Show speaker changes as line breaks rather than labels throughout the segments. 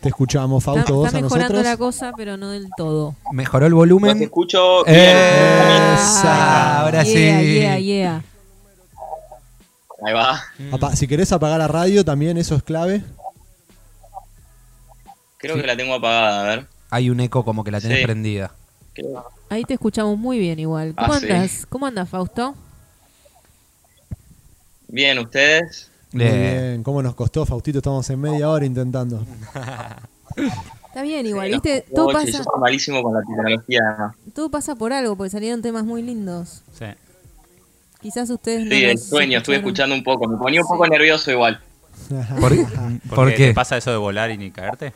Te escuchamos, Fausto,
Está,
vos
está
a
mejorando
nosotros.
la cosa, pero no del todo.
Mejoró el
Los
volumen.
escucho bien.
Eh. Esa, ahora
Ah, yeah,
sí.
Yeah, yeah.
Ahí va.
Mm.
Apa- si querés apagar la radio también, eso es clave.
Creo que la tengo apagada, a ver.
Hay un eco como que la tenés
Sí.
prendida.
Creo-
Ahí te escuchamos muy bien igual. ¿Cómo
Ah, sí.
andas? ¿Cómo andas, Fausto?
Bien, ustedes.
Muy
Eh,
bien, cómo nos costó, Faustito, estamos en media hora intentando.
Está bien igual,
Sí,
¿viste?
los
Todo
coches, Yo
pasa,
soy malísimo con la tecnología, además.
todo pasa por algo, porque salieron temas muy lindos.
Sí.
Quizás ustedes no
Sí, el
los
sueño, estuve
escucharon.
escuchando un poco. Me ponía un poco nervioso igual.
¿Por,
¿Por,
por
qué?
qué?
¿Te pasa eso de volar y ni caerte?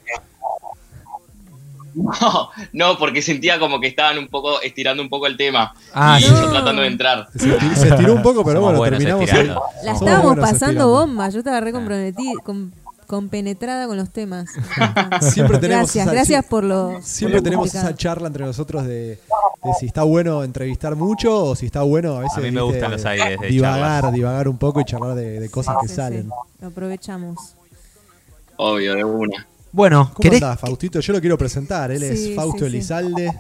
No, no, porque sentía como que estaban un poco estirando un poco el tema.
Ah,
y
sí.
yo tratando de entrar.
Se, estir- se estiró un poco, pero
Somos
bueno,
buenos
terminamos.
estirando.
La
Somos
estábamos
buenos
pasando
estirando.
bomba, yo estaba re comprometida, com- compenetrada con los temas.
Siempre tenemos
gracias,
esa-
gracias por los.
Siempre tenemos esa charla entre nosotros de, de si está bueno entrevistar mucho o si está bueno a veces
A mí me
viste,
gustan los aires de
divagar,
charlas.
divagar un poco y charlar de, de cosas que
Sí, sí,
salen.
Lo aprovechamos.
Obvio, de una.
Bueno,
¿Cómo
¿querés?
andás, Faustito? Yo lo quiero presentar. Él
Sí,
es Fausto
sí, sí.
Elizalde,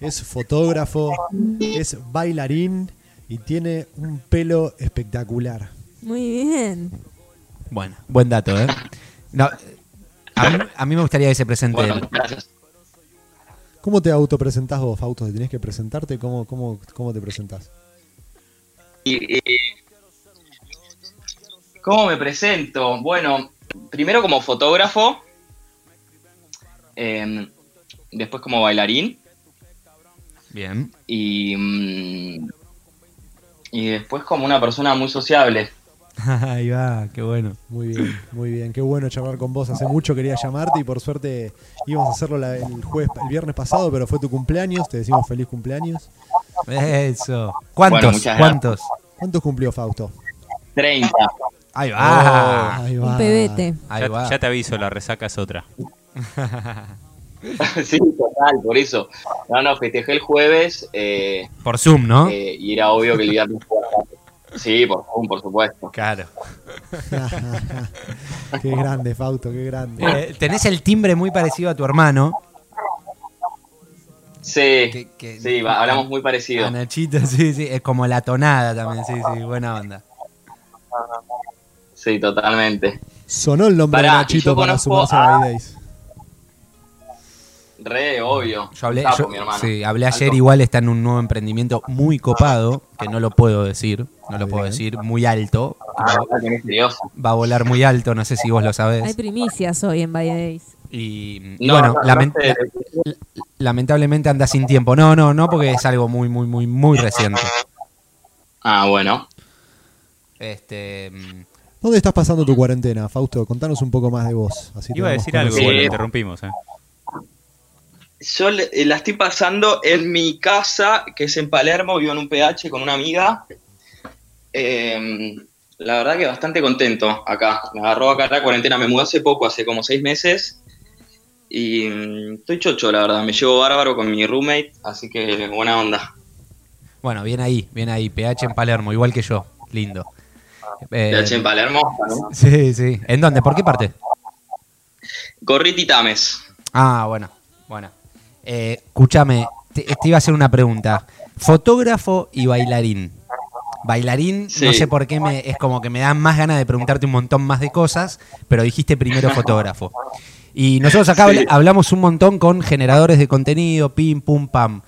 es fotógrafo, es bailarín y tiene un pelo espectacular.
Muy bien.
Bueno, buen dato, ¿eh? No, a, mí, a mí me gustaría que se presente
Bueno,
él.
gracias.
¿Cómo te autopresentás vos, Fausto? ¿Te tenés que presentarte? ¿Cómo, cómo, cómo te presentás?
Y, eh, ¿Cómo me presento? Bueno, primero como fotógrafo, em, después como bailarín
Bien.
y, mm, y después como una persona muy sociable.
Ahí va, qué bueno.
Muy bien, muy bien. Qué bueno charlar con vos. Hace mucho quería llamarte y por suerte íbamos a hacerlo la- el, jueves, el viernes pasado, pero fue tu cumpleaños. Te decimos feliz cumpleaños.
Eso. ¿Cuántos?
Bueno, muchas
¿Cuántos?
¿Cuántos cumplió Fausto?
30.
Ahí va.
Ahí
Un
va.
pebete.
Ahí
ya,
va.
ya te aviso, la resaca es otra.
sí, total, por eso. No, no, festejé el jueves eh,
Por Zoom, ¿no?
eh, y era obvio que el viernes fue bastante. Sí, por, Zoom, por supuesto.
Claro.
qué grande, Fausto, qué grande.
eh, tenés el timbre muy parecido a tu hermano.
Sí,
Que- que-
sí, va- hablamos muy parecido.
A Nachito, sí, sí. Es como la tonada también, sí, sí. Buena onda.
Sí, totalmente.
Sonó el nombre
Pará,
de
y
Nachito
yo
para
conozco
sumarse
a-
a Bay Days.
Re, obvio.
Yo hablé,
Capo,
yo-
mi hermano.
sí, hablé ayer,
Alto.
igual está en un nuevo emprendimiento muy copado, que no lo puedo decir, no lo puedo decir, muy alto.
Ah, qué misterioso.
Va a volar muy alto, no sé si vos lo
Hay
sabés.
primicias hoy en Valle Days.
Y, y
No,
bueno,
no, no
lament-
sé.
la- la- lamentablemente anda sin tiempo. No, no, no, porque es algo muy, muy, muy, muy reciente.
Ah, bueno.
Este, mm,
¿Dónde estás pasando tu cuarentena, Fausto? Contanos un poco más de vos. Así te
Iba a
vamos
decir algo,
conociendo.
bueno,
Sí.
interrumpimos. ¿eh?
Yo le- eh, la estoy pasando en mi casa, que es en Palermo, vivo en un PH con una amiga. Eh, la verdad que bastante contento acá. Me agarró acá la cuarentena, me mudé hace poco, hace como seis meses. Y mm, estoy chocho, la verdad. Me llevo bárbaro con mi roommate, así que buena onda.
bueno, bien ahí, bien ahí. PH en Palermo, igual que yo. Lindo. Eh,
PH en Palermo, ¿no?
sí, sí. ¿En dónde? ¿Por qué parte?
Gorriti Tames.
Ah, bueno, bueno. Eh, escúchame, te, te iba a hacer una pregunta. Fotógrafo y bailarín. Bailarín, no
Sí.
sé por qué, me, es como que me dan más ganas de preguntarte un montón más de cosas, pero dijiste primero fotógrafo. Y nosotros acá
Sí.
habl- hablamos un montón con generadores de contenido, pim, pum, pam.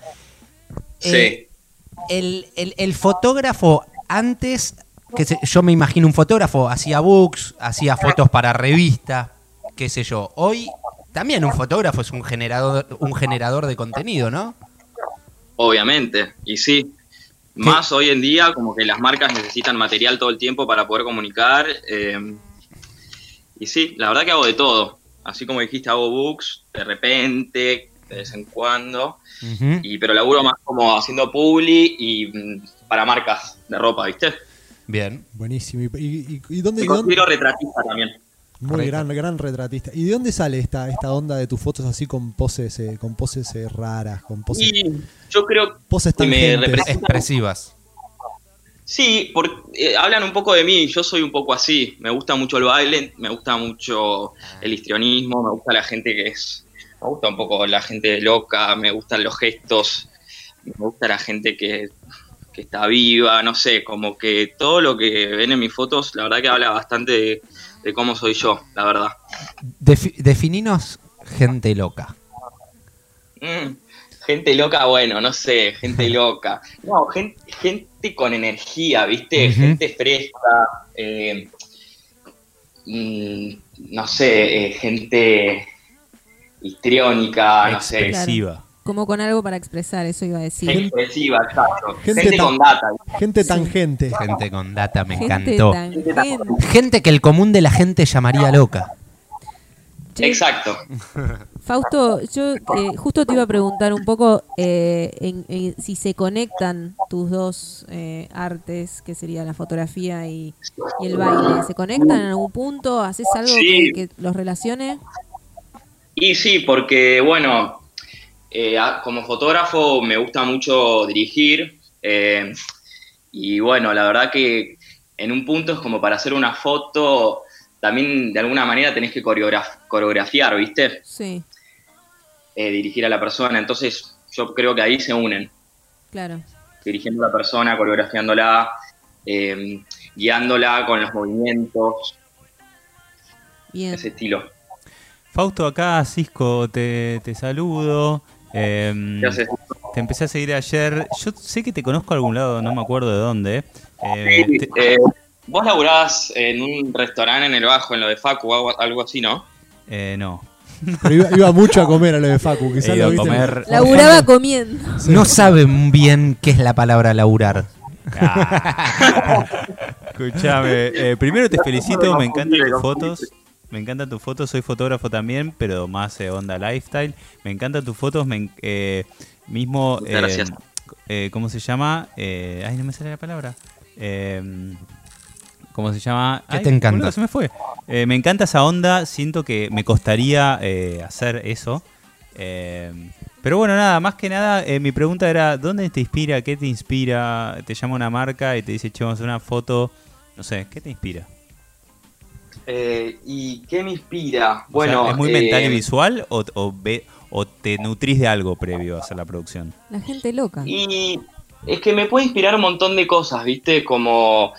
Eh, el, el- el fotógrafo antes, que se- yo me imagino un fotógrafo, hacía books, hacía fotos para revistas, qué sé yo. Hoy también un fotógrafo es un generador, un generador de contenido, ¿no?
Obviamente, y sí. Más hoy en día, como que las marcas necesitan material todo el tiempo para poder comunicar. eh, y sí, la verdad que hago de todo. Así como dijiste, hago books de repente, de vez en cuando. Y, pero laburo más como haciendo publi y mm, para marcas de ropa, ¿viste?
Bien.
Buenísimo. ¿Y, y- y- y dónde,
Me
y dónde-
considero retratista también.
Muy
Correcto.
gran, gran retratista. ¿Y de dónde sale esta, esta onda de tus fotos así con poses, eh, con poses eh, raras, con poses,
Y yo creo
poses
y me
tangentes?
representa-
Expresivas.
Sí, por- eh, hablan un poco de mí, yo soy un poco así, me gusta mucho el baile, me gusta mucho el histrionismo, me gusta la gente que es, me gusta un poco la gente loca, me gustan los gestos, me gusta la gente que, que está viva, no sé, como que todo lo que ven en mis fotos, la verdad que habla bastante de, de cómo soy yo, la verdad.
Defi- defininos gente loca.
Mm, gente loca, bueno, no sé, gente loca. No, gen- gente, con energía, ¿viste?
Ujú.
Gente fresca. eh, mm, no sé, eh, gente histriónica, Ah, no sé.
Expresiva.
Como con algo para expresar, eso iba a decir.
Expresiva, exacto.
Gente
Gente,
tan-
con data.
Gente tangente.
Gente con data, me
Gente
encantó.
tan
Gente que el común de la gente llamaría loca.
Che,
Exacto.
Fausto, yo eh, justo te iba a preguntar un poco eh, en- en si se conectan tus dos eh, artes, que sería la fotografía y, y el baile. ¿Se conectan en algún punto? ¿Haces algo
Sí.
que, que los relacione?
Y sí, porque bueno, eh, a- como fotógrafo me gusta mucho dirigir eh, y bueno, la verdad que en un punto es como para hacer una foto, también de alguna manera tenés que coreograf- coreografiar, ¿viste?
Sí,
Eh, dirigir a la persona, entonces yo creo que ahí se unen,
claro.
dirigiendo a la persona, coreografiándola, eh, guiándola con los movimientos,
Bien.
ese estilo.
Fausto, acá Cisco, te, te saludo. Em,
Entonces,
te empecé a seguir ayer. Yo sé que te conozco a algún lado, no me acuerdo de dónde. Eh,
Sí,
te-
eh, vos laburabas en un restaurante en el bajo, en lo de Facu, algo algo así, ¿no?
eh, no.
Pero iba, iba mucho a comer a lo de Facu,
He
quizás
ido
lo
a
viste.
comer.
Laburaba comiendo.
No saben bien qué es la palabra laburar.
Escuchame, eh, primero te felicito, me encantan tus fotos. Me encantan tus fotos, soy fotógrafo también, pero más eh, onda lifestyle. Me encantan tus fotos, me en- eh, mismo.
Muchas
eh,
gracias.
eh, ¿Cómo se llama? Eh, ay, no me sale la palabra. Eh, ¿Cómo se llama?
¿Qué
Ay,
te encanta?
boludo, se me fue. Eh, me encanta esa onda, siento que me costaría eh, hacer eso. Eh, pero bueno, nada, más que nada, eh, mi pregunta era, ¿dónde te inspira? ¿Qué te inspira? Te llama una marca y te dice, che, vamos a hacer una foto. No sé, ¿qué te inspira?
Eh, ¿Y qué me inspira?
O sea,
Bueno,
¿Es muy
eh,
mental y visual o, o ve- o te nutrís de algo previo a hacer la producción?
La gente loca.
Y es que me puede inspirar un montón de cosas, ¿viste? Como.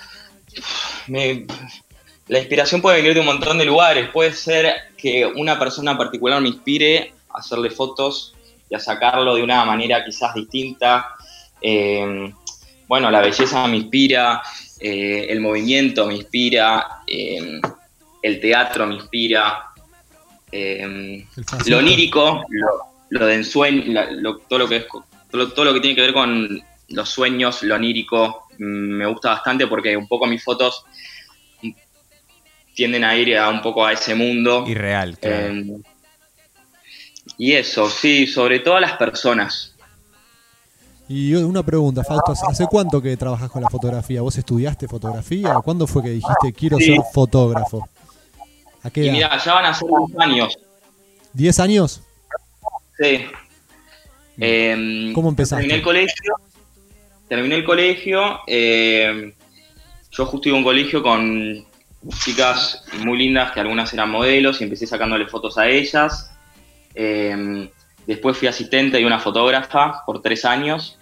me- la inspiración puede venir de un montón de lugares. Puede ser que una persona en particular me inspire a hacerle fotos y a sacarlo de una manera quizás distinta. Eh, bueno, la belleza me inspira, eh, el movimiento me inspira, eh, el teatro me inspira. eh,
El fascista.
lo onírico, lo, lo de ensueño, la- lo- todo lo que es co- todo, todo lo que tiene que ver con los sueños, lo onírico, mm, me gusta bastante porque un poco mis fotos mm, tienden a ir a un poco a ese mundo.
Irreal, claro.
Eh, y eso, sí, sobre todo a las personas.
Y una pregunta, Fausto, ¿hace cuánto que trabajas con la fotografía? ¿Vos estudiaste fotografía? ¿Cuándo fue que dijiste quiero
Sí.
ser fotógrafo? ¿A qué
Y
edad?
mira, ya van a ser unos años.
¿10 años?
Sí. Eh,
¿Cómo empezaste?
Terminé el colegio. Terminé el colegio. eh, yo justo iba a un colegio con chicas muy lindas, que algunas eran modelos, y empecé sacándole fotos a ellas. Eh, después fui asistente de una fotógrafa por tres años.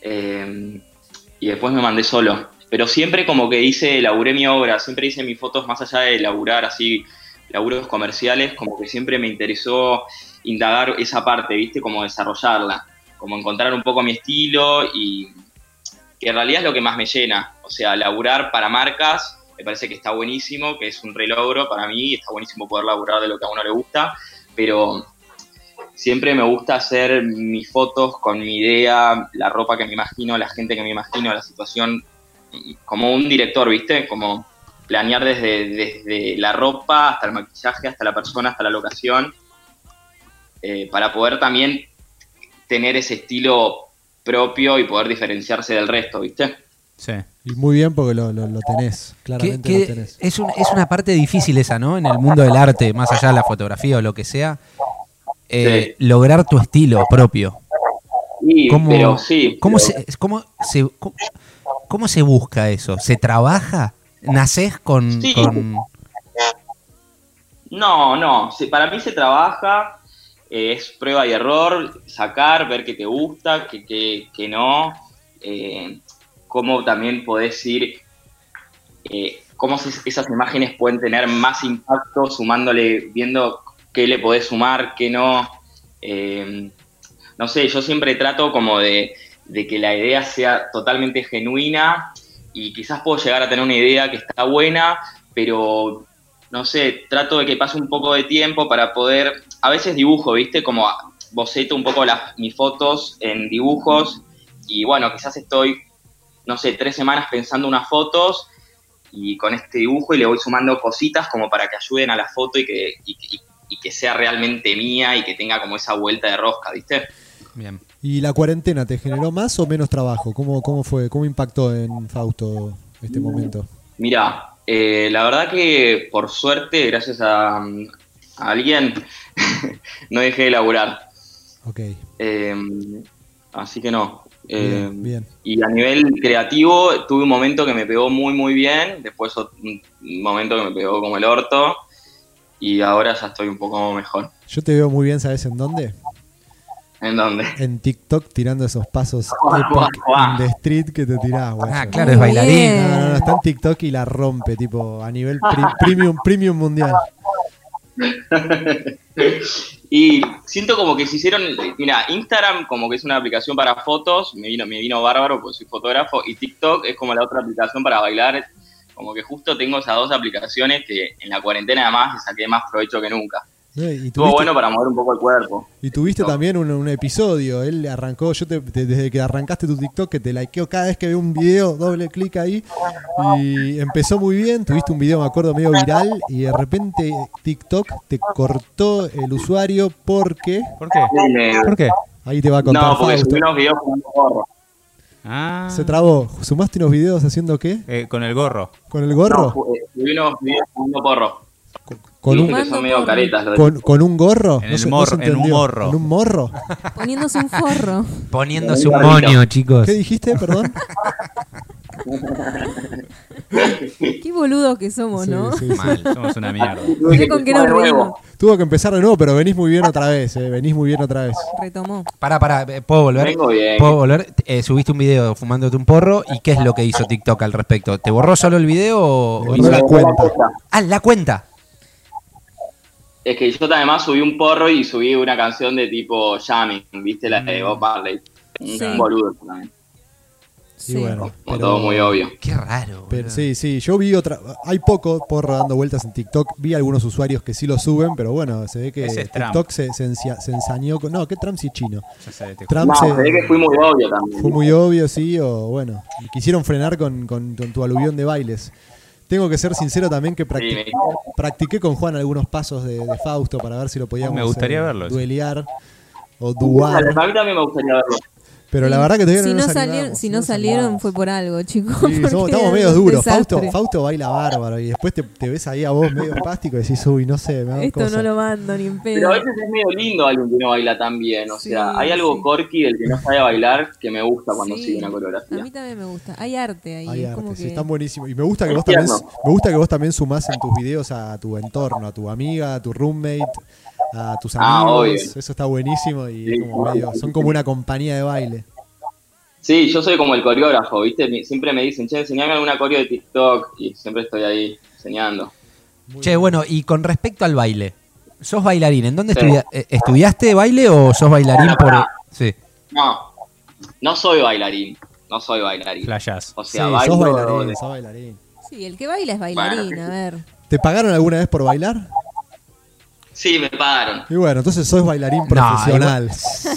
Eh, y después me mandé solo. Pero siempre como que hice, laburé mi obra, siempre hice mis fotos más allá de laburar así, laburos comerciales, como que siempre me interesó indagar esa parte, ¿viste? Como desarrollarla, como encontrar un poco mi estilo y que en realidad es lo que más me llena. O sea, laburar para marcas me parece que está buenísimo, que es un relogro para mí, está buenísimo poder laburar de lo que a uno le gusta, pero siempre me gusta hacer mis fotos con mi idea, la ropa que me imagino, la gente que me imagino, la situación, y como un director, ¿viste? Como planear desde, desde la ropa hasta el maquillaje, hasta la persona, hasta la locación eh, para poder también tener ese estilo propio y poder diferenciarse del resto, ¿viste?
Sí.
Y muy bien porque lo, lo- lo tenés,
Que-
claramente
que
lo tenés.
es, un- es una parte difícil esa, ¿no? En el mundo del arte, más allá de la fotografía o lo que sea, eh, lograr tu estilo propio.
Y,
¿Cómo,
pero sí,
cómo
pero
se, cómo se- cómo- ¿Cómo se busca eso? ¿Se trabaja? ¿Nacés con...?
Sí.
con-
No, no, se- para mí se trabaja, eh, es prueba y error, sacar, ver qué te gusta, qué, qué- qué no, eh, cómo también podés ir, eh, cómo se- esas imágenes pueden tener más impacto sumándole, viendo qué le podés sumar, qué no. eh, no sé, yo siempre trato como de, de que la idea sea totalmente genuina y quizás puedo llegar a tener una idea que está buena, pero no sé, trato de que pase un poco de tiempo para poder, a veces dibujo, ¿viste? Como a- boceto un poco las, mis fotos en dibujos y bueno, quizás estoy, no sé, tres semanas pensando unas fotos y con este dibujo y le voy sumando cositas como para que ayuden a la foto y que, y que- y que sea realmente mía y que tenga como esa vuelta de rosca, ¿viste?
Bien.
¿Y la cuarentena te generó más o menos trabajo? ¿Cómo, cómo fue? ¿Cómo impactó en Fausto este momento?
Mira, eh, la verdad que por suerte, gracias a, a alguien, no dejé de laburar.
Ok,
Eh, así que no. Eh,
bien, bien.
Y a nivel creativo, tuve un momento que me pegó muy, muy bien. Después ot- un momento que me pegó como el orto. Y ahora ya estoy un poco mejor.
Yo te veo muy bien, ¿sabes en dónde?
¿En dónde?
En TikTok tirando esos pasos epic in the street que te tirás, güey.
Ah, claro, es bailarín.
No, no, no, está en TikTok y la rompe, tipo, a nivel pri- premium, premium mundial.
Y siento como que se hicieron. Mira, Instagram, como que es una aplicación para fotos. Me vino, me vino bárbaro porque soy fotógrafo. Y TikTok es como la otra aplicación para bailar. Como que justo tengo esas dos aplicaciones que en la cuarentena además le saqué más provecho que nunca.
¿no? Y
Estuvo
tuviste-
bueno para mover un poco el cuerpo.
Y tuviste también un, un episodio, él arrancó, yo te- te- desde que arrancaste tu TikTok, que te likeo cada vez que veo un video, doble clic ahí, y empezó muy bien, tuviste un video, me acuerdo, medio viral, y de repente TikTok te cortó el usuario porque,
¿Por qué?
Sí, me-
¿Por qué?
ahí te va a contar
No, porque
Fausto,
subí unos videos con un gorro.
Ah,
se trabó, ¿sumaste unos videos haciendo qué?
eh, con el gorro.
¿Con el gorro?
No, pues, eh, subí unos videos fumando porro.
¿Con
Dije
un,
que
Fumando
son medio
porro.
caretas. lo de-
con, con un gorro?
En el morro, en un
entendió.
morro.
¿En un morro?
Poniéndose un forro.
Poniéndose un moño, chicos.
¿Qué dijiste, perdón?
Qué boludos que somos,
Sí,
¿no?
sí, sí.
Mal.
Somos una mierda.
No sé con qué nos reímos.
Tuvo que empezar de nuevo, pero venís muy bien otra vez, eh, venís muy bien otra vez.
Retomó.
Pará, pará, eh, ¿puedo volver?
Vengo bien.
¿Puedo volver? Eh, subiste un video fumándote un porro y ¿qué es lo que hizo TikTok al respecto? ¿Te borró solo el video o, o
Me borró
hizo la...
la cuenta.
Ah, la cuenta.
Es que yo además subí un porro y subí una canción de tipo Yami, ¿viste? La de Bob Marley. Un
Mm. Sí.
boludo también.
Sí,
Sí.
bueno.
Como
pero-
todo muy obvio.
Qué raro.
Pero
boludo.
sí, sí, yo vi otra. Hay poco porro dando vueltas en TikTok. Vi algunos usuarios que sí lo suben, pero bueno, se ve que
Ese es Trump. Este
TikTok se, se, encia- se ensañó con. No, que Trump sí es chino.
Ya sé, te-
Trump
No,
se-
se ve que fui muy obvio también.
fue muy obvio, sí, o bueno. Quisieron frenar con, con- con tu aluvión de bailes. Tengo que ser sincero también que practi-
Sí, me-
practiqué con Juan algunos pasos de, de Fausto para ver si lo podíamos
Me gustaría
eh,
verlo, sí.
duelear o
Dale,
duar.
A mí también me gustaría verlo.
Pero la verdad que todavía
si
no, nos
salieron,
animamos,
si no salieron fue por algo, chicos.
Sí, somos-
porque
estamos
era
medio
un
duros.
desastre.
Fausto, Fausto baila bárbaro y después te, te ves ahí a vos medio plástico y decís, uy, no sé, me da
Esto
cosa".
no lo mando ni en
Pero
pedo.
a veces es medio lindo alguien que no baila tan bien. O
Sí,
sea, hay algo
sí.
corky del que no sabe bailar que me gusta cuando
Sí.
sigue una
A
coreografía.
mí también me gusta. Hay arte ahí.
Hay
es
arte,
como
sí,
que-
están buenísimos. Y me gusta, que
Es
vos también,
tierno.
me gusta que vos también sumás en tus videos a tu entorno, a tu amiga, a tu roommate, a tus
Ah,
amigos.
obvio.
Eso está buenísimo y es
Sí,
como
sí,
medio-
sí,
son
sí.
como una compañía de baile.
Sí, yo soy como el coreógrafo, ¿viste? Mi- Siempre me dicen, che, enseñame alguna coreo de TikTok y siempre estoy ahí enseñando.
Che, bueno, y con respecto al baile, ¿sos bailarín? ¿En dónde
Sí.
estudia- eh, estudiaste baile o sos bailarín
Pará,
por.? e-?
pará.
Sí.
No, no soy bailarín, no soy bailarín.
Flashás.
O
Sí,
sea,
sos
bailo...
bailarín, sos bailarín.
Sí, el que baila es bailarín,
Bueno.
a ver.
¿Te pagaron alguna vez por bailar?
Sí, me pagaron.
Y bueno, entonces sos bailarín
igual-
profesional.
sí.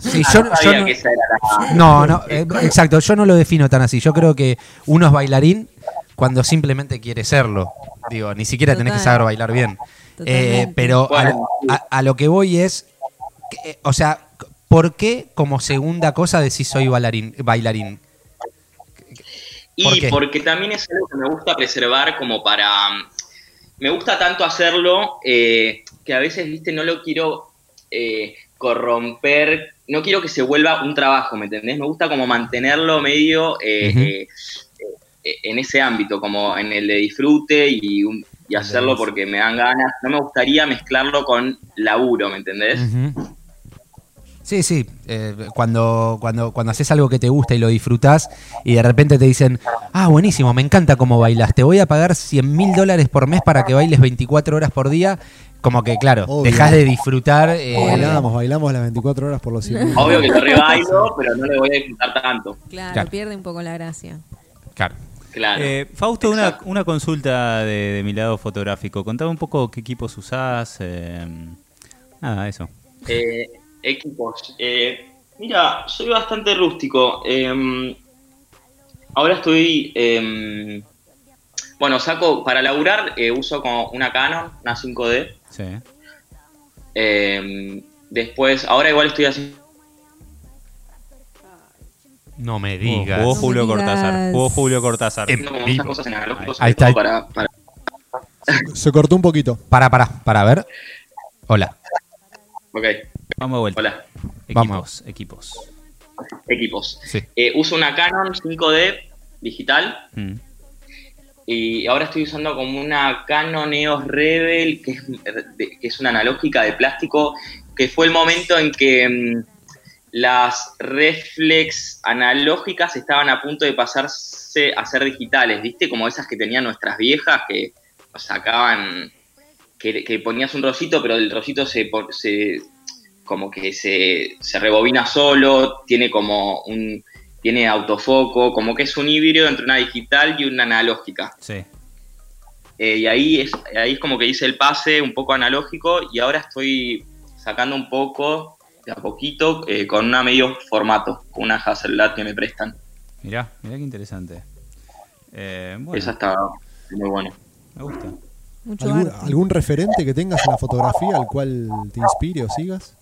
Sí,
Ah,
yo,
no
yo
sabía
no-
que esa era la...
No, no, eh, exacto, yo no lo defino tan así. Yo creo que uno es bailarín cuando simplemente quiere serlo. Digo, ni siquiera tenés que
Total.
saber bailar bien.
Totalmente.
Eh, pero a, lo-
Bueno,
a- a lo que voy es, que, eh, o sea, c- ¿por qué como segunda cosa decís soy bailarín? bailarín?
Y
¿Por qué?
porque también es algo que me gusta preservar como para... mm, Me gusta tanto hacerlo eh, que a veces, viste, no lo quiero eh, corromper no quiero que se vuelva un trabajo, ¿me entendés? Me gusta como mantenerlo medio eh,
Ujú.
eh, eh, en ese ámbito, como en el de disfrute y, un- y hacerlo porque me dan ganas. No me gustaría mezclarlo con laburo, ¿me entendés?
Ujú. Sí, sí. eh, cuando, cuando, cuando haces algo que te gusta y lo disfrutás y de repente te dicen, ah, buenísimo, me encanta cómo bailas, te voy a pagar 100 mil dólares por mes para que bailes 24 horas por día, como que, claro,
Obvio.
dejás de disfrutar. eh,
Bailamos, bailamos las 24 horas por los 100 mil.
Obvio que lo rebailo, pero no le voy a disfrutar tanto.
Claro,
Claro.
pierde un poco la gracia.
claro.
Claro.
Eh, Fausto, una,
Exacto.
una consulta de, de mi lado fotográfico. Contame un poco qué equipos usás. eh, nada, eso.
Eh, equipos. Eh, mira, soy bastante rústico. Eh, ahora estoy. eh, bueno, saco. Para laburar eh, uso como una Canon, una 5D.
Sí.
Eh, después, ahora igual estoy haciendo.
No me
Diga.
digas.
Jugó
No
Julio
me
Cortázar.
digas.
Jugó Julio Cortázar.
Em-
como
vivo.
muchas cosas en analógico,
Ahí
sobre
está.
todo para, para-
Se cortó un poquito.
Para, para, para ver. Hola.
Ok,
Vamos de vuelta.
hola.
Equipos,
Vamos.
equipos.
Equipos.
Sí.
Eh, uso una Canon 5D digital.
Mm.
Y ahora estoy usando como una Canon EOS Rebel, que es, de- que es una analógica de plástico, que fue el momento en que mm, las reflex analógicas estaban a punto de pasarse a ser digitales, ¿viste? Como esas que tenían nuestras viejas, que sacaban, que, que ponías un rollito, pero el rollito se, por- se- como que se, se rebobina solo, tiene como un... Tiene autofoco, como que es un híbrido entre una digital y una analógica.
Sí.
Eh, y ahí es, ahí es como que hice el pase un poco analógico y ahora estoy sacando un poco, de a poquito, eh, con una medio formato, con una Hasselblad que me prestan.
Mirá, mirá qué interesante. Eh, bueno,
Esa está muy buena.
me gusta.
Mucho
¿Algún,
arte.
algún referente que tengas en la fotografía al cual te inspire o sigas?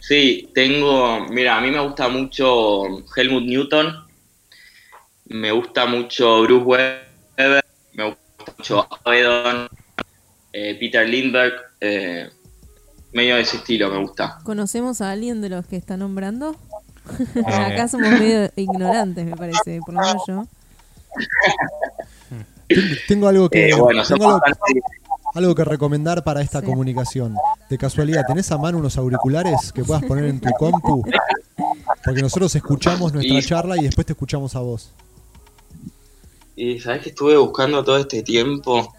Sí, tengo, mira, a mí me gusta mucho Helmut Newton, me gusta mucho Bruce Weber, me gusta mucho Avedon, eh, Peter Lindbergh, eh, medio de ese estilo me gusta.
¿Conocemos a alguien de los que está nombrando?
Eh.
Acá somos medio ignorantes, me parece, por lo menos yo.
Ten- Tengo algo que,
Eh, bueno, son
tengo algo,
bastante-
algo que recomendar para esta
Sí.
comunicación. De casualidad, ¿tenés a mano unos auriculares que puedas poner en tu compu? Porque nosotros escuchamos nuestra
Y-
charla y después te escuchamos a vos.
Y sabes que estuve buscando todo este tiempo.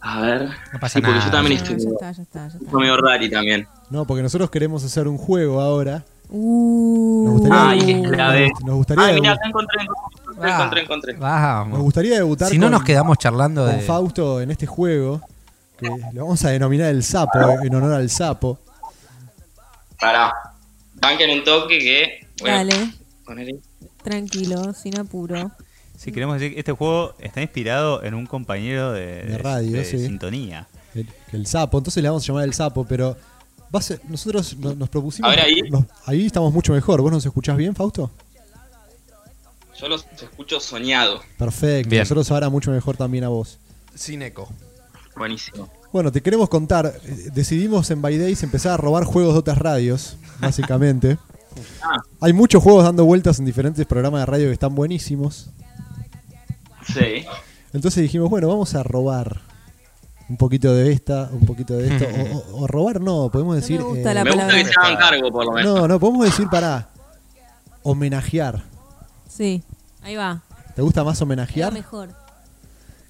A ver.
No pasa
sí, porque
nada.
yo también
No,
estoy
Ah, ya
medio-
está, ya está, ya está.
estoy medio rari también.
No, porque nosotros queremos hacer un juego ahora. Nos
Uh,
gustaría,
Ay, qué clave.
nos gustaría,
Ah, mira,
debu-
acá encontré, encontré, encontré, encontré.
nos
Vamos.
gustaría debutar
Si no
con-
nos quedamos charlando
con
de...
Fausto en este juego. Que lo vamos a denominar el sapo, eh, en honor al sapo.
Pará. Banquen un toque que. Bueno,
dale,
poner ahí.
tranquilo, sin apuro.
Sí, queremos decir que este juego está inspirado en un compañero de,
De radio,
de
sí.
sintonía.
El, el sapo, entonces le vamos a llamar el sapo, pero va a ser- nosotros no- nos propusimos.
A ver, ahí.
nos- ahí estamos mucho mejor. ¿Vos nos escuchás bien, Fausto?
Yo los escucho soñado.
Perfecto.
Bien.
Nosotros ahora mucho mejor también a vos.
Sin eco.
Buenísimo.
Bueno, te queremos contar. eh, Decidimos en By Days empezar a robar juegos de otras radios, básicamente.
Ah.
Hay muchos juegos dando vueltas en diferentes programas de radio que están buenísimos.
Sí.
Entonces dijimos, bueno, vamos a robar un poquito de esta, un poquito de esto. o, o- o robar no, podemos decir.
me gusta
eh,
la
Me gusta
palabra.
que se hagan cargo, por lo menos.
no, no, podemos decir para homenajear.
Sí, ahí va.
¿Te gusta más
Era
homenajear?
mejor.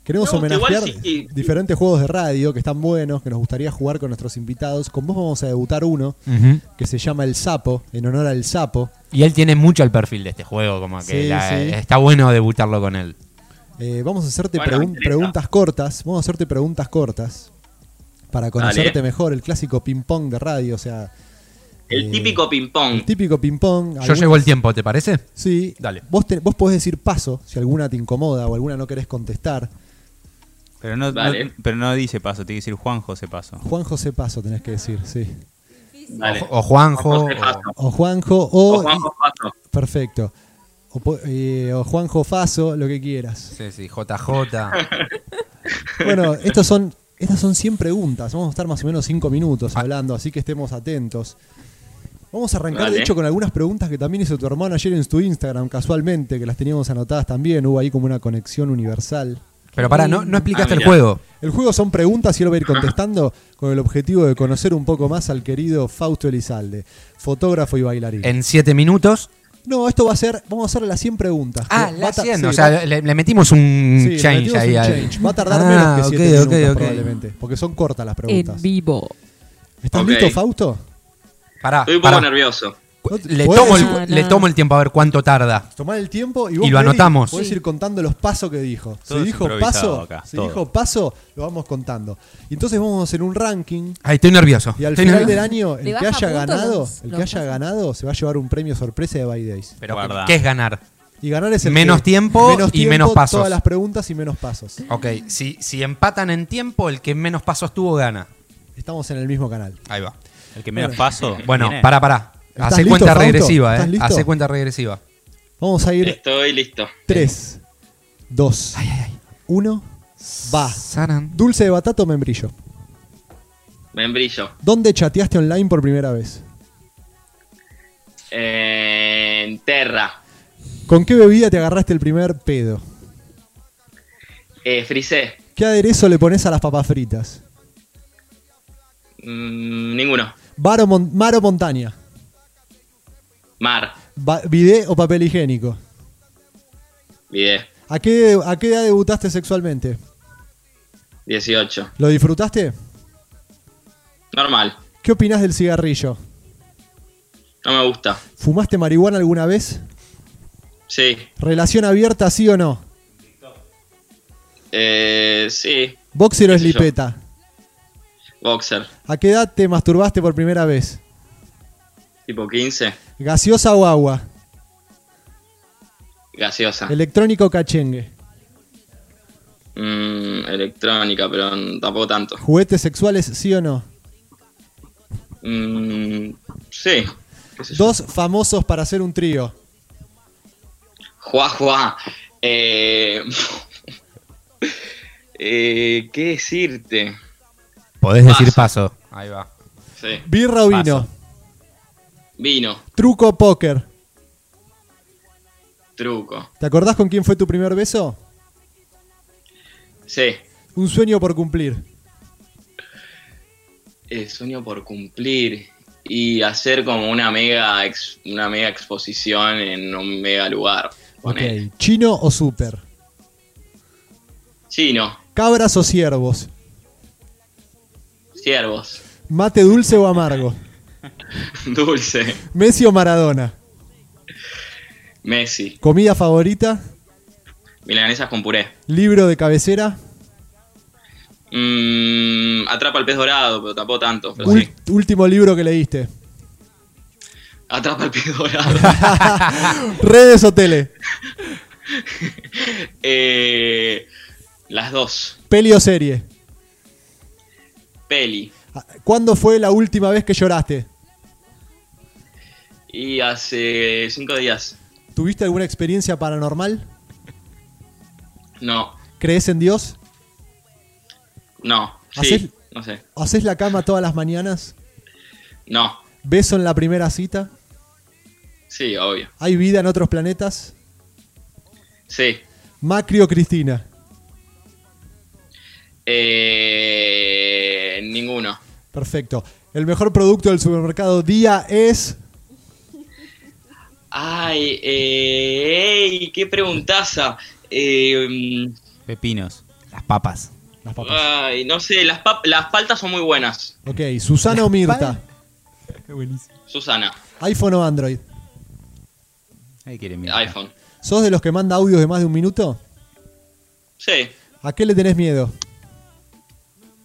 Queremos
No, igual
homenajear
sí.
diferentes juegos de radio que están buenos, que nos gustaría jugar con nuestros invitados. Con vos vamos a debutar uno que se llama El Sapo, en honor al Sapo.
Y él tiene mucho el perfil de este juego, como que
Sí,
la-
sí.
está bueno debutarlo con él.
Eh, vamos a hacerte
Bueno,
pregun-
me interesa.
preguntas cortas, vamos a hacerte preguntas cortas para conocerte mejor, el clásico ping-pong de radio, o sea,
El
Eh,
típico ping-pong.
el típico ping-pong.
Yo
algunas-
llevo el tiempo, ¿te parece?
Sí,
Dale.
Vos, te- vos podés decir paso si alguna te incomoda o alguna no querés contestar.
Pero no, no-
Vale.
pero no dice paso, tiene que decir Juan José Paso.
Juan José Paso tenés que decir, sí.
Dale.
O, o Juanjo.
José Paso.
o-
O Juanjo o...
O Juanjo Paso.
Perfecto. O, po- eh, o Juanjo Faso, lo que quieras.
sí, sí, JJ.
Bueno, estos son, estas son 100 preguntas. Vamos a estar más o menos 5 minutos hablando, así que estemos atentos. Vamos a arrancar,
Vale.
de hecho, con algunas preguntas que también hizo tu hermano ayer en tu Instagram, casualmente, que las teníamos anotadas también. Hubo ahí como una conexión universal.
Pero pará, no, no explicaste
Ah,
el
mirá.
juego.
El juego son preguntas y él va a ir contestando con el objetivo de conocer un poco más al querido Fausto Elizalde, fotógrafo y bailarín.
En 7 minutos.
No, esto va a ser, vamos a hacer las 100 preguntas.
Ah,
Va
la
a ta-
100.
sí,
o
va-
sea, le, le metimos un
sí, le
change
metimos
ahí.
un
al-
change. Va a tardar
Ah,
menos que 7
ok, ok,
minutos
ok.
probablemente, porque son cortas las
En
preguntas.
vivo.
¿Estás
Ok.
listo, Fausto?
Pará,
Estoy un poco
pará.
nervioso.
No-
Le
¿Podés
tomo,
decir-
No,
el,
no.
le tomo el tiempo a ver cuánto tarda.
Tomar el tiempo y,
Y
vos podés
lo
ir-
anotamos.
Podés
Sí.
ir contando los pasos que dijo.
Todo
si
es
dijo
improvisado
paso,
acá,
si
todo.
dijo paso, lo vamos contando. Y entonces vamos a hacer un ranking
Ay, estoy nervioso.
y al
Estoy
final
nervioso.
del año
Le
el que
baja
haya
puntos
ganado,
los-
el
los
que haya
pasos.
ganado se va a llevar un premio sorpresa de By Days.
Pero,
Guarda.
¿qué es ganar?
Y ganar es el
Menos
que-
tiempo y menos pasos.
Todas las preguntas y menos pasos.
Ok, si, si empatan en tiempo, el que menos pasos tuvo gana.
Estamos en el mismo canal.
Ahí va.
El que menos paso.
Bueno,
tiene.
pará, pará.
¿Estás
Hacé
listo,
cuenta
Fausto?
regresiva,
¿Estás
eh.
listo?
Hacé cuenta regresiva.
Vamos a ir
Estoy listo.
3, 2, 1, va.
Saran.
Dulce de batata o membrillo.
Membrillo.
¿Dónde chateaste online por primera vez?
Eh, en Terra.
¿Con qué bebida te agarraste el primer pedo?
Eh, frisé.
¿Qué aderezo le pones a las papas fritas?
Mm, ninguno.
¿Bar o mon- ¿Mar o montaña?
Mar.
Ba- ¿Bidé o papel higiénico?
Vide.
¿A qué, ¿A qué edad debutaste sexualmente?
18.
¿Lo disfrutaste?
Normal.
¿Qué opinás del cigarrillo?
No me gusta.
¿Fumaste marihuana alguna vez?
Sí.
¿Relación abierta, sí o no?
Eh, sí.
¿Boxer o
Qué sé yo.
slipeta?
Boxer.
¿A qué edad te masturbaste por primera vez?
Tipo 15.
¿Gaseosa o agua?
Gaseosa.
¿Electrónico o cachengue?
Mm, electrónica, pero n- tampoco tanto.
¿Juguetes sexuales, sí o no?
Mm, sí. Qué sé yo.
Dos famosos para hacer un trío.
Juá, juá. Eh, eh, ¿Qué decirte?
Podés decir
Paso.
paso. Ahí va.
Sí.
¿Birra o vino?
Vino,
¿Truco o póker?
truco.
¿Te acordás con quién fue tu primer beso?
Sí.
Un sueño por cumplir.
El sueño por cumplir y hacer como una mega ex- una mega exposición en un mega lugar.
Ok.
ponele.
¿Chino o súper?
Chino,
¿Cabras o ciervos?
ciervos,
¿Mate dulce o amargo?
dulce,
¿Messi o Maradona?
Messi,
¿Comida favorita?
milanesas con puré.
¿Libro de cabecera?
Mm, atrapa el pez dorado, pero tampoco tanto. pero
Ul-
sí.
¿Último libro que leíste?
Atrapa el pez dorado.
¿Redes o tele?
Eh, las dos.
¿Peli o serie? Ah,
Peli.
¿Cuándo fue la última vez que lloraste?
Y hace cinco días.
¿Tuviste alguna experiencia paranormal?
No,
¿Crees en Dios?
no.
¿Hacés-
Sí, no sé.
¿Haces la cama todas las mañanas?
No,
¿Beso en la primera cita?
sí, obvio.
¿Hay vida en otros planetas?
Sí.
¿Macri o Cristina?
Eh, ninguno.
Perfecto. El mejor producto del supermercado día es.
Ay, eh, ey, qué preguntaza. Eh, mm,
Pepinos.
Las papas.
Las papas.
ay, no sé, las, pap- las paltas son muy buenas.
Ok, Susana o Mirta.
Susana,
iPhone o Android.
Ahí quiere mirar.
iPhone.
¿Sos de los que manda audios de más de un minuto?
Sí,
¿A qué le tenés miedo?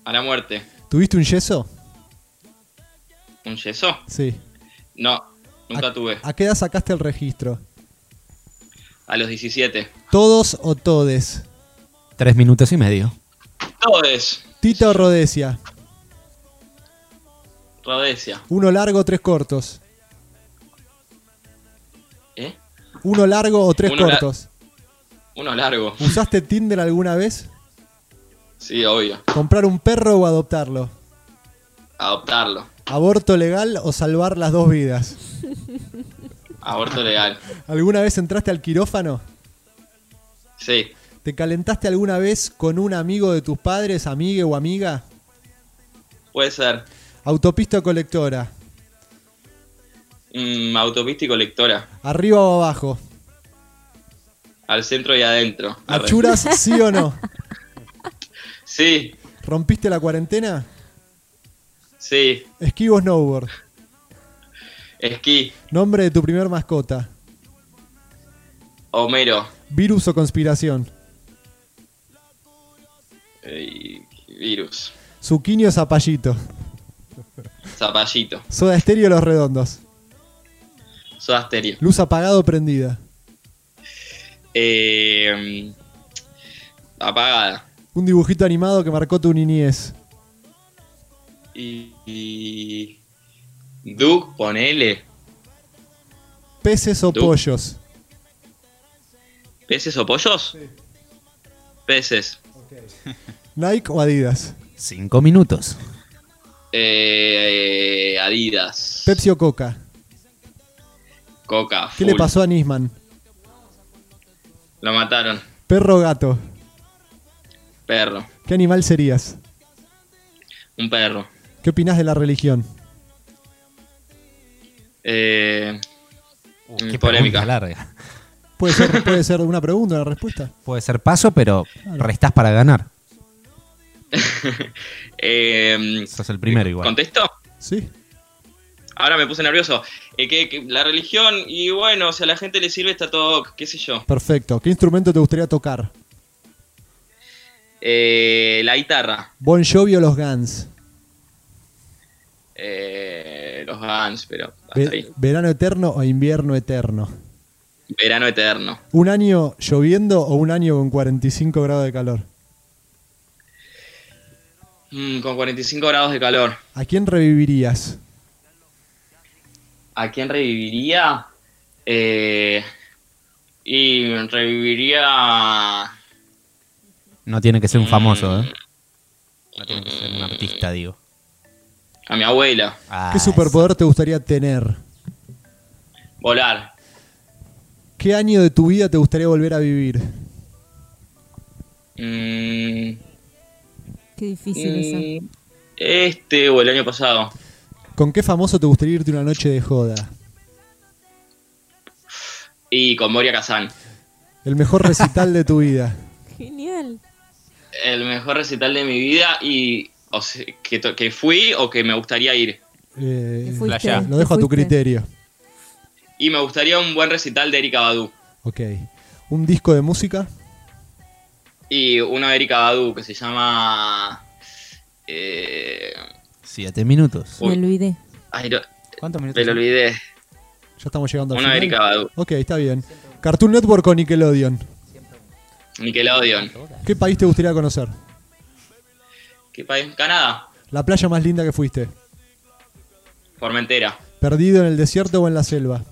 a la muerte.
¿Tuviste un yeso?
¿Un yeso?
Sí.
No, nunca
¿A-
tuve.
¿A qué edad sacaste el registro?
A los 17.
¿Todos o todes?
Tres minutos y medio.
Todes,
¿Tita o Rodesia?
Rodesia.
¿Uno largo tres cortos?
¿Eh?
¿Uno largo o tres
Uno la-
cortos?
Uno largo.
¿Usaste Tinder alguna vez?
Sí, obvio.
¿Comprar un perro o adoptarlo?
Adoptarlo.
¿Aborto legal o salvar las dos vidas?
Aborto legal.
¿Alguna vez entraste al quirófano?
Sí.
¿Te calentaste alguna vez con un amigo de tus padres, amigue o amiga?
Puede ser.
Autopista o colectora.
Mm, autopista y colectora.
¿Arriba o abajo?
Al centro y adentro. Arre.
¿Achuras sí o no?
Sí,
¿Rompiste la cuarentena?
sí.
¿Esquivo o snowboard?
Esquí.
¿Nombre de tu primer mascota?
Homero.
¿Virus o conspiración?
eh, y virus.
¿Zucchini o zapallito?
Zapallito.
¿Soda estéreo o los redondos?
Soda estéreo.
¿Luz apagada o prendida?
Eh, apagada.
¿Un dibujito animado que marcó tu niñez?
Y. y Duke, ponele.
¿Peces o
Du-
pollos?
¿Peces o pollos? Peces.
¿Nike o Adidas?
Cinco minutos.
Mm, Eh, Adidas.
¿Pepsi o Coca?
Coca.
¿Qué le
full.
pasó a Nisman?
Lo mataron.
¿Perro o gato?
Perro.
¿Qué animal serías?
Un perro.
¿Qué opinás de la religión?
Eh,
Qué
polémica.
pregunta larga.
Puede ser, puede ser una pregunta, una respuesta.
Puede ser paso, pero restás para ganar.
eh,
Sos el primero igual.
¿Contesto?
¿Sí?
Ahora me puse nervioso. Eh, que, que la religión, y bueno, o sea, a la gente le sirve, está todo, qué sé yo.
Perfecto. ¿Qué instrumento te gustaría tocar?
Eh, la guitarra,
¿Bon Jovi o los Guns?
eh, los Guns, pero hasta
Ve-
ahí.
¿Verano eterno o invierno eterno?
Verano eterno.
¿Un año lloviendo o un año con 45 grados de calor?
Mm, con 45 grados de calor.
¿A quién revivirías?
¿A quién reviviría? Eh, y reviviría...
No tiene que ser
Mm.
un famoso, ¿eh? No tiene que ser un artista, digo.
A mi abuela.
Ah,
¿Qué superpoder te gustaría tener?
Volar.
¿Qué año de tu vida te gustaría volver a vivir?
Mm,
Qué difícil esa.
mm, este o el año pasado.
¿Con qué famoso te gustaría irte una noche de joda?
Y con Moria Kazan.
El mejor recital de tu vida.
Genial.
El mejor recital de mi vida y o sea, que, to- que fui o que me gustaría ir.
Eh,
Te fuiste,
Flashá.
lo dejo a
te
tu
fuiste.
criterio.
Y me gustaría un buen recital de Erika Badu.
Ok. ¿Un disco de música?
Y uno de Erika Badu que se llama... eh,
Siete minutos.
Uy.
Me olvidé.
ay, lo-
¿Cuántos minutos?
me lo olvidé.
Ya estamos llegando al
Uno de
final.
Erika Badu.
Ok, está bien. ¿Cartoon Network o Nickelodeon?
Nickelodeon.
¿Qué país te gustaría conocer?
¿Qué país? Canadá.
¿La playa más linda que fuiste?
Formentera.
¿Perdido en el desierto o en la selva?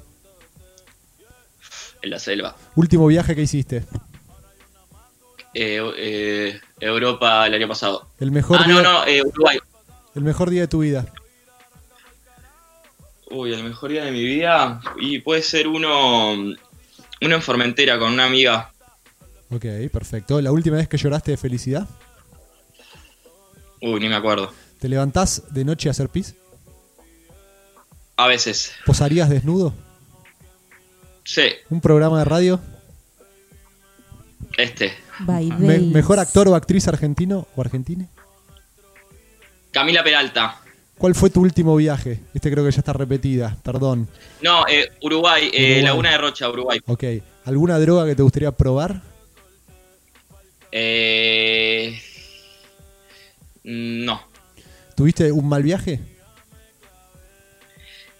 En la selva.
¿Último viaje que hiciste?
Eh, eh, Europa el año pasado.
¿El mejor,
Ah,
día,
no, no. eh, Uruguay.
¿El mejor día de tu vida?
Uy, el mejor día de mi vida. Y puede ser uno... Uno en Formentera con una amiga.
Ok, perfecto. ¿La última vez que lloraste de felicidad?
Uy, ni me acuerdo.
¿Te levantás de noche a hacer pis?
A veces.
¿Posarías desnudo?
Sí,
¿Un programa de radio?
este.
By
Me-
days.
¿Mejor actor o actriz argentino o argentina?
Camila Peralta.
¿Cuál fue tu último viaje? Este creo que ya está repetida, perdón.
No, eh, Uruguay, eh,
Uruguay.
Laguna de Rocha, Uruguay.
Ok. ¿Alguna droga que te gustaría probar?
Eh, mm, no.
¿Tuviste un mal viaje?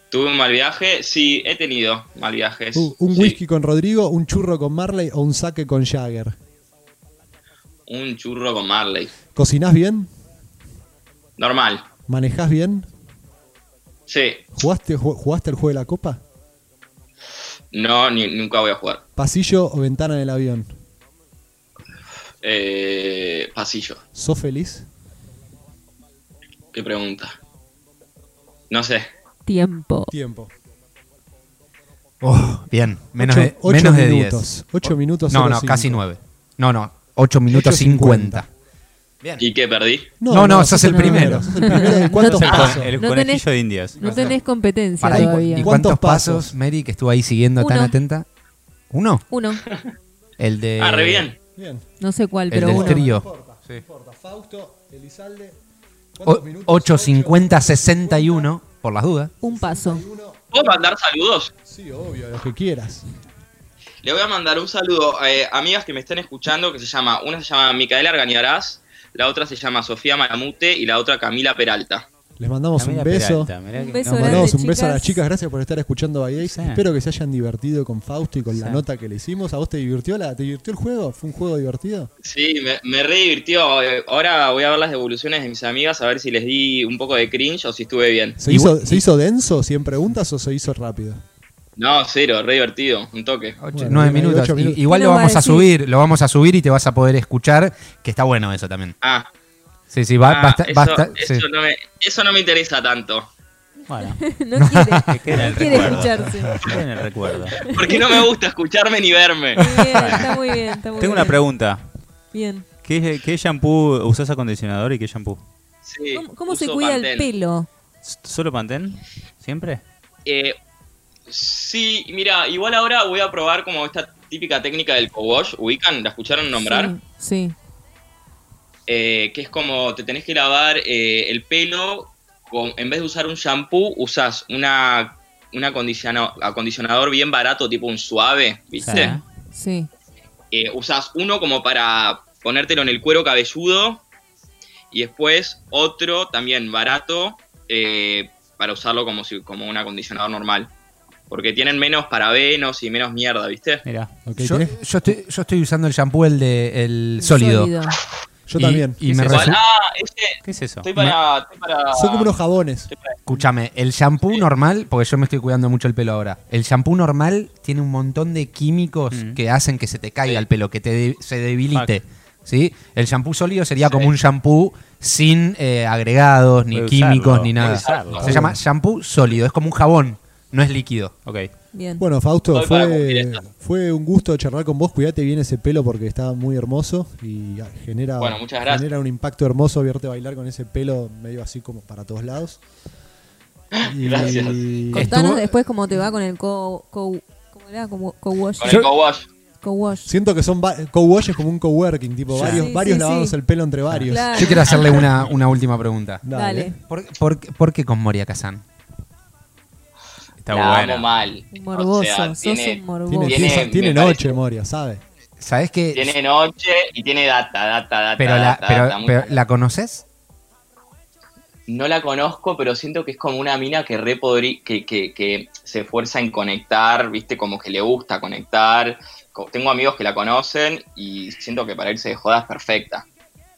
Tuve un mal viaje. Sí, he tenido mal viajes.
Uh, ¿Un
Sí.
whisky con Rodrigo, un churro con Marley o un saque con Jagger?
Un churro con Marley.
¿Cocinás bien?
Normal.
¿Manejás bien?
Sí.
¿Jugaste, ju- ¿Jugaste el juego de la copa?
No, ni- nunca voy a jugar.
¿Pasillo o ventana del avión?
Eh, pasillo.
¿Sos feliz?
Qué pregunta. No sé.
Tiempo.
Tiempo.
Oh, bien, menos
Ocho-
de
ocho
menos de
minutos.
10.
Ocho minutos,
No,
cero
no,
cinco.
casi 9. No, no, 8 minutos
Ocho
50. Bien.
¿Y qué perdí?
No, no, sos el primero.
Sos el primero del cuarto
No te-
paso.
El
Ah, No
conejillo
tenés-
de indias.
No tenés competencia
Pará, ¿y, cu-
todavía.
y
¿Cuántos
cuántos pasos,
pasos?
Mary, que estuvo ahí siguiendo tan
Uno.
atenta? ¿Uno?
Uno.
El de.
Eh,
Ah, re bien.
Bien.
No sé cuál,
El
pero
del
uno.
trío.
importa, no importa. Fausto, Elizalde.
O- 8, 50, 61, por las dudas.
Un paso.
¿Puedo mandar saludos?
Sí, obvio, lo que quieras.
Le voy a mandar un saludo a eh, amigas que me estén escuchando, que se llama, una se llama Micaela Argañarás, la otra se llama Sofía Malamute y la otra Camila Peralta.
Les mandamos
Camila
un beso.
Peralta, mirá
Un
que-
beso
Les
grande,
mandamos un
chicas.
beso a las chicas. Gracias por estar escuchando a EA.
Sí.
Espero que se hayan divertido con Fausto y con la
Sí.
nota que le hicimos. ¿A vos te divirtió, la, te divirtió el juego? ¿Fue un juego divertido?
Sí, me, me re divirtió. Eh, Ahora voy a ver las devoluciones de mis amigas a ver si les di un poco de cringe o si estuve bien.
¿Se,
Y
hizo,
vos-
¿se hizo denso, 100 preguntas, o se hizo rápido?
No, cero, re divertido, un toque.
9
bien, hay
minutos.
ocho
I-
minutos.
Igual
¿Qué
lo
nos va a
vamos a
decir?
subir, lo vamos a subir y te vas a poder escuchar, que está bueno eso también.
Ah,
Sí, sí, va,
ah,
va a estar-
eso,
va a estar- sí.
eso no me, eso no me interesa tanto.
Bueno,
No quiere,
queda el
no quiere
recuerdo.
escucharse. Muy
queda en el recuerdo.
Porque no me gusta escucharme ni verme.
bien, está muy bien. Está muy
Tengo
bien.
una pregunta.
Bien.
¿Qué, qué shampoo usás acondicionador y qué shampoo?
Sí,
¿Cómo, cómo se
uso
cuida el
Pantene.
pelo?
S- ¿Solo Pantene? ¿Siempre?
Eh, sí, mira, igual ahora voy a probar como esta típica técnica del co-wash, ubican, la escucharon nombrar,
Sí. sí.
Eh, que es como te tenés que lavar eh, el pelo, con, en vez de usar un shampoo, usás una, un acondiciona- acondicionador bien barato, tipo un suave, ¿viste?
Ah.
Sí.
Eh, usás uno como para ponértelo en el cuero cabelludo y después otro también barato eh, para usarlo como, si, como un acondicionador normal. Porque tienen menos parabenos y menos mierda, ¿viste?
Mirá.
Ok,
Yo,
¿tenés?
yo estoy, yo estoy usando el shampoo, el de el sólido.
Yo
Y-
también.
Y me
¿Qué es eso?
resu-
Ah, ese,
¿Qué es eso?
estoy para... Estoy para
Son como unos jabones.
Escúchame, el shampoo normal, porque yo me estoy cuidando mucho el pelo ahora. El shampoo normal tiene un montón de químicos
Mm.
que hacen que se te caiga el pelo, que te de- se debilite.
Fuck.
¿sí? El shampoo sólido sería como un shampoo sin eh, agregados, ni
Puede
químicos,
usarlo,
ni nada.
puede usarlo.
Se llama shampoo sólido, es como un jabón, no es líquido.
Ok.
Bien.
Bueno, Fausto,
Estoy para cumplir
fue,
esto.
fue un gusto charlar con vos. Cuidate bien ese pelo porque está muy hermoso y ah, genera,
Bueno, muchas gracias.
genera un impacto hermoso verte bailar con ese pelo medio así como para todos lados. Y-
Gracias.
Contanos
Estuvo-
después cómo te va con el co, co- ¿cómo era? Como co-wash.
Con
Yo-
el co-wash.
Co-wash.
Siento que son va- co-wash es como un co-working, tipo
Sí,
varios,
sí,
varios
sí.
lavados el pelo entre varios.
Claro.
Yo quiero hacerle una, una última pregunta.
¿eh?
Dale.
¿Por, por, por qué con Moria Kazan?
Está
La
buena.
amo mal.
Un morboso.
O sea,
Sos
tiene,
un
Tiene,
morboso.
Tiene-
tiene,
me
tiene
parece-
noche, Moria, ¿sabe?
¿Sabes que
tiene noche y tiene data, data, data.
Pero la,
data,
pero,
data, muy-
pero, ¿la conoces?
No la conozco, pero siento que es como una mina que re podri- que, que, que se esfuerza en conectar, viste, como que le gusta conectar. Co- Tengo amigos que la conocen y siento que para irse de jodas perfecta.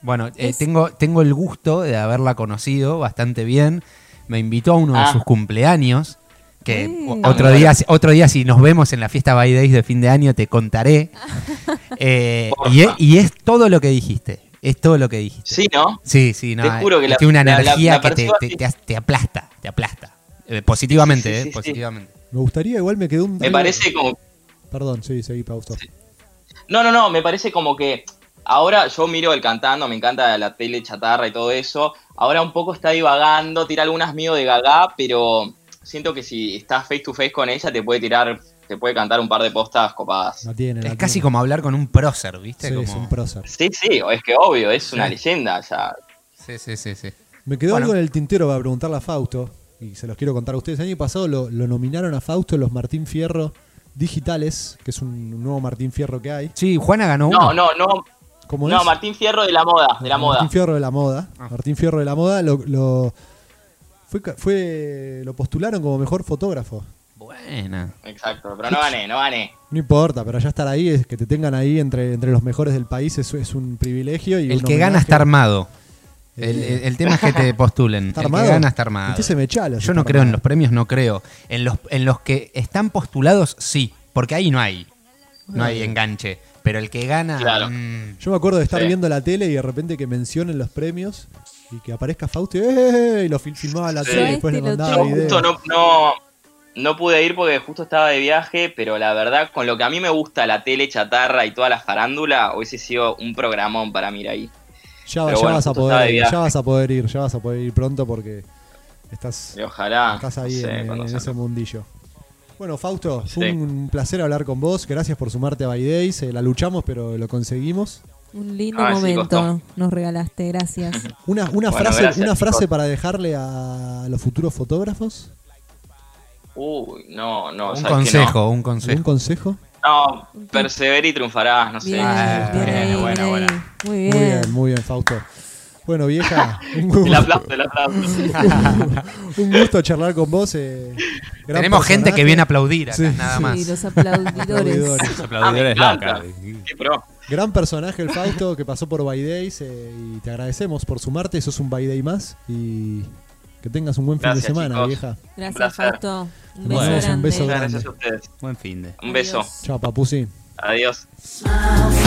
Bueno, eh,
Es-
tengo, tengo el gusto de haberla conocido bastante bien. Me invitó a uno
Ah.
de sus cumpleaños. Que
Mm.
o- otro, día, si- otro día, si nos vemos en la fiesta By Days de fin de año, te contaré. Eh, y, es, y es todo lo que dijiste. Es todo lo que dijiste.
Sí, ¿no?
Sí, sí, no.
Te
eh,
juro que la-
tiene una
la- la-
energía
la
que te,
percibo
te-
así.
te as- te aplasta. Te aplasta. Eh, positivamente,
Sí, sí, sí,
¿eh?
sí, sí.
Positivamente.
Me gustaría, igual me quedó un.
Me parece como
Perdón, sí, seguí, Fausto.
No, no, no, me parece como que ahora yo miro el cantando, me encanta la tele chatarra y todo eso. Ahora un poco está divagando, tira algunas mío de gaga, pero siento que si estás face to face con ella te puede tirar, te puede cantar un par de postas copadas.
La tiene,
Es
la
casi
tiene.
como hablar con un prócer, ¿viste?
Sí,
Como-
es un prócer.
Sí, sí, es que obvio, es una leyenda ya.
sí, sí, sí, sí.
Me quedó
Bueno.
algo en el tintero para preguntarle a Fausto, y se los quiero contar a ustedes. El año pasado lo, lo nominaron a Fausto los Martín Fierro Digitales, que es un nuevo Martín Fierro que hay.
Sí, Juana ganó
No,
uno.
no, no,
¿Cómo
no,
es?
Martín Fierro de la moda, de la moda.
Martín Fierro de la moda.
Ah.
Martín Fierro de la moda lo, lo- fue, ca- fue- lo postularon como mejor fotógrafo.
Buena.
Exacto, pero no gané, no gané.
No importa, pero ya estar ahí, es que te tengan ahí entre, entre los mejores del país es, es un privilegio. Y
El
un
que gana
homenaje. Eh.
está armado. El, el- el tema es que te postulen.
¿Está
El
armado?
que gana está armado.
Entonces me chala si
Yo no
está
creo en
armado.
los premios, no creo. En los, en los que están postulados, sí. Porque ahí no hay. No hay enganche. Pero el que gana.
Claro.
mm,
Yo me acuerdo de estar
Sí.
viendo la tele y de repente que mencionen los premios y que aparezca Fausto y, ¡eh! y lo fil- filmaba a la
Sí.
tele y después le
Este lo
mandaba
Yo
tengo.
video.
justo no, no, no pude ir porque justo estaba de viaje, pero la verdad, con lo que a mí me gusta la tele chatarra y toda la farándula, hubiese sido un programón para mirar ahí.
Ya,
Pero
ya
bueno,
vas
justo
a
estaba
poder
de
ir,
viaje.
ya vas a poder ir, ya vas a poder ir pronto porque estás,
Y ojalá.
estás
no
ahí
sé,
en,
cuando
en
sea.
ese mundillo. Bueno, Fausto, fue
Sí.
un placer hablar con vos. Gracias por sumarte a By Days. Eh, la luchamos, pero lo conseguimos.
Un lindo
Ah, sí,
momento
costó.
nos regalaste, gracias.
Una,
Bueno,
una frase,
gracias,
una frase
chicos.
para dejarle a los futuros fotógrafos.
Uy, no, no,
un
sabes que
consejo, un
¿Un
consejo.
consejo?
no. No, persevera y triunfarás, no sé.
Bien,
Ah,
bien ahí,
bueno,
bien
bueno.
ahí. Muy bien.
Muy bien, muy bien, Fausto. Bueno, vieja, un
El
gusto,
aplauso, el aplauso.
un gusto charlar con vos. eh, gran
Tenemos gente que
personaje.
viene a aplaudir acá,
Sí.
nada
Sí,
más.
los aplaudidores.
Aplaudidores.
Los aplaudidores
Ah, me
locas.
Qué pro.
Gran personaje el Fausto que pasó por By Days eh, y te agradecemos por sumarte, sos un By Day más y que tengas un buen fin
Gracias,
de semana,
chicos.
vieja.
Gracias,
placer.
Fausto. Un
Bueno,
beso
un
grande.
beso
Muchas
grande.
gracias a ustedes.
Buen fin de.
Un beso.
Adiós.
Chao, papusi.
Adiós.
I'll